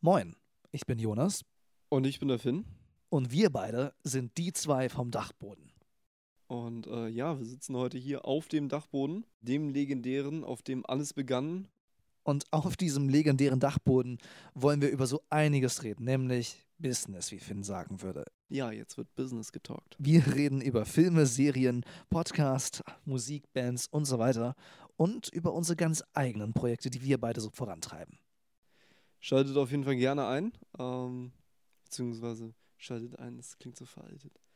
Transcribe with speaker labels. Speaker 1: Moin, ich bin Jonas
Speaker 2: Und ich bin der Finn.
Speaker 1: und wir beide sind die zwei vom Dachboden.
Speaker 2: Und äh, ja, wir sitzen heute hier auf dem Dachboden, dem legendären, auf dem alles begann.
Speaker 1: Und auf diesem legendären Dachboden wollen wir über so einiges reden, nämlich Business, wie Finn sagen würde.
Speaker 2: Ja, jetzt wird Business getalkt.
Speaker 1: Wir reden über Filme, Serien, Podcasts, Musik, Bands und so weiter und über unsere ganz eigenen Projekte, die wir beide so vorantreiben.
Speaker 2: Schaltet auf jeden Fall gerne ein. Ähm, beziehungsweise schaltet ein, das klingt so veraltet.